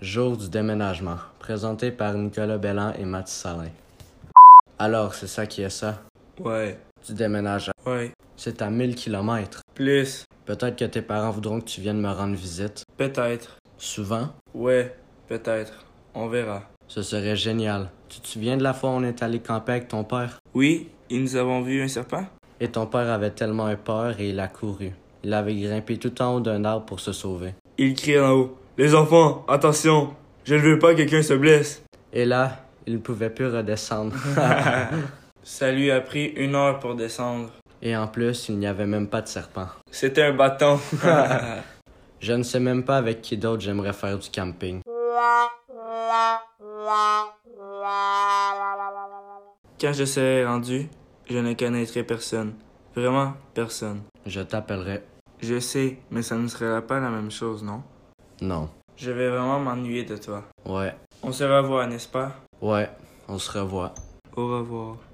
Jour du déménagement, présenté par Nicolas Bellan et Mathis Salin. Alors, c'est ça qui est ça. Ouais, Tu déménages, à- ouais, c'est à 1000 km. plus, Peut-être que tes parents voudront que tu viennes me rendre visite. peut-être, Souvent, ouais, peut-être, on verra. ce serait génial. Tu te souviens de la fois où on est allé camper avec ton père? Oui, et nous avons vu un serpent Et ton père avait tellement eu peur et il a couru. Il avait grimpé tout en haut d'un arbre pour se sauver. Il crie en haut Les enfants, attention, je ne veux pas que quelqu'un se blesse. Et là, il ne pouvait plus redescendre. Ça lui a pris une heure pour descendre. et en plus, il n'y avait même pas de serpent. C'était un bâton. Je ne sais même pas avec qui d'autre j'aimerais faire du camping. Quand je serai rendu, je ne connaîtrai personne. Vraiment personne. Je t'appellerai. Je sais, mais ça ne sera pas la même chose, non Non. Je vais vraiment m'ennuyer de toi. Ouais. On se revoit, n'est-ce pas Ouais. On se revoit. Au revoir.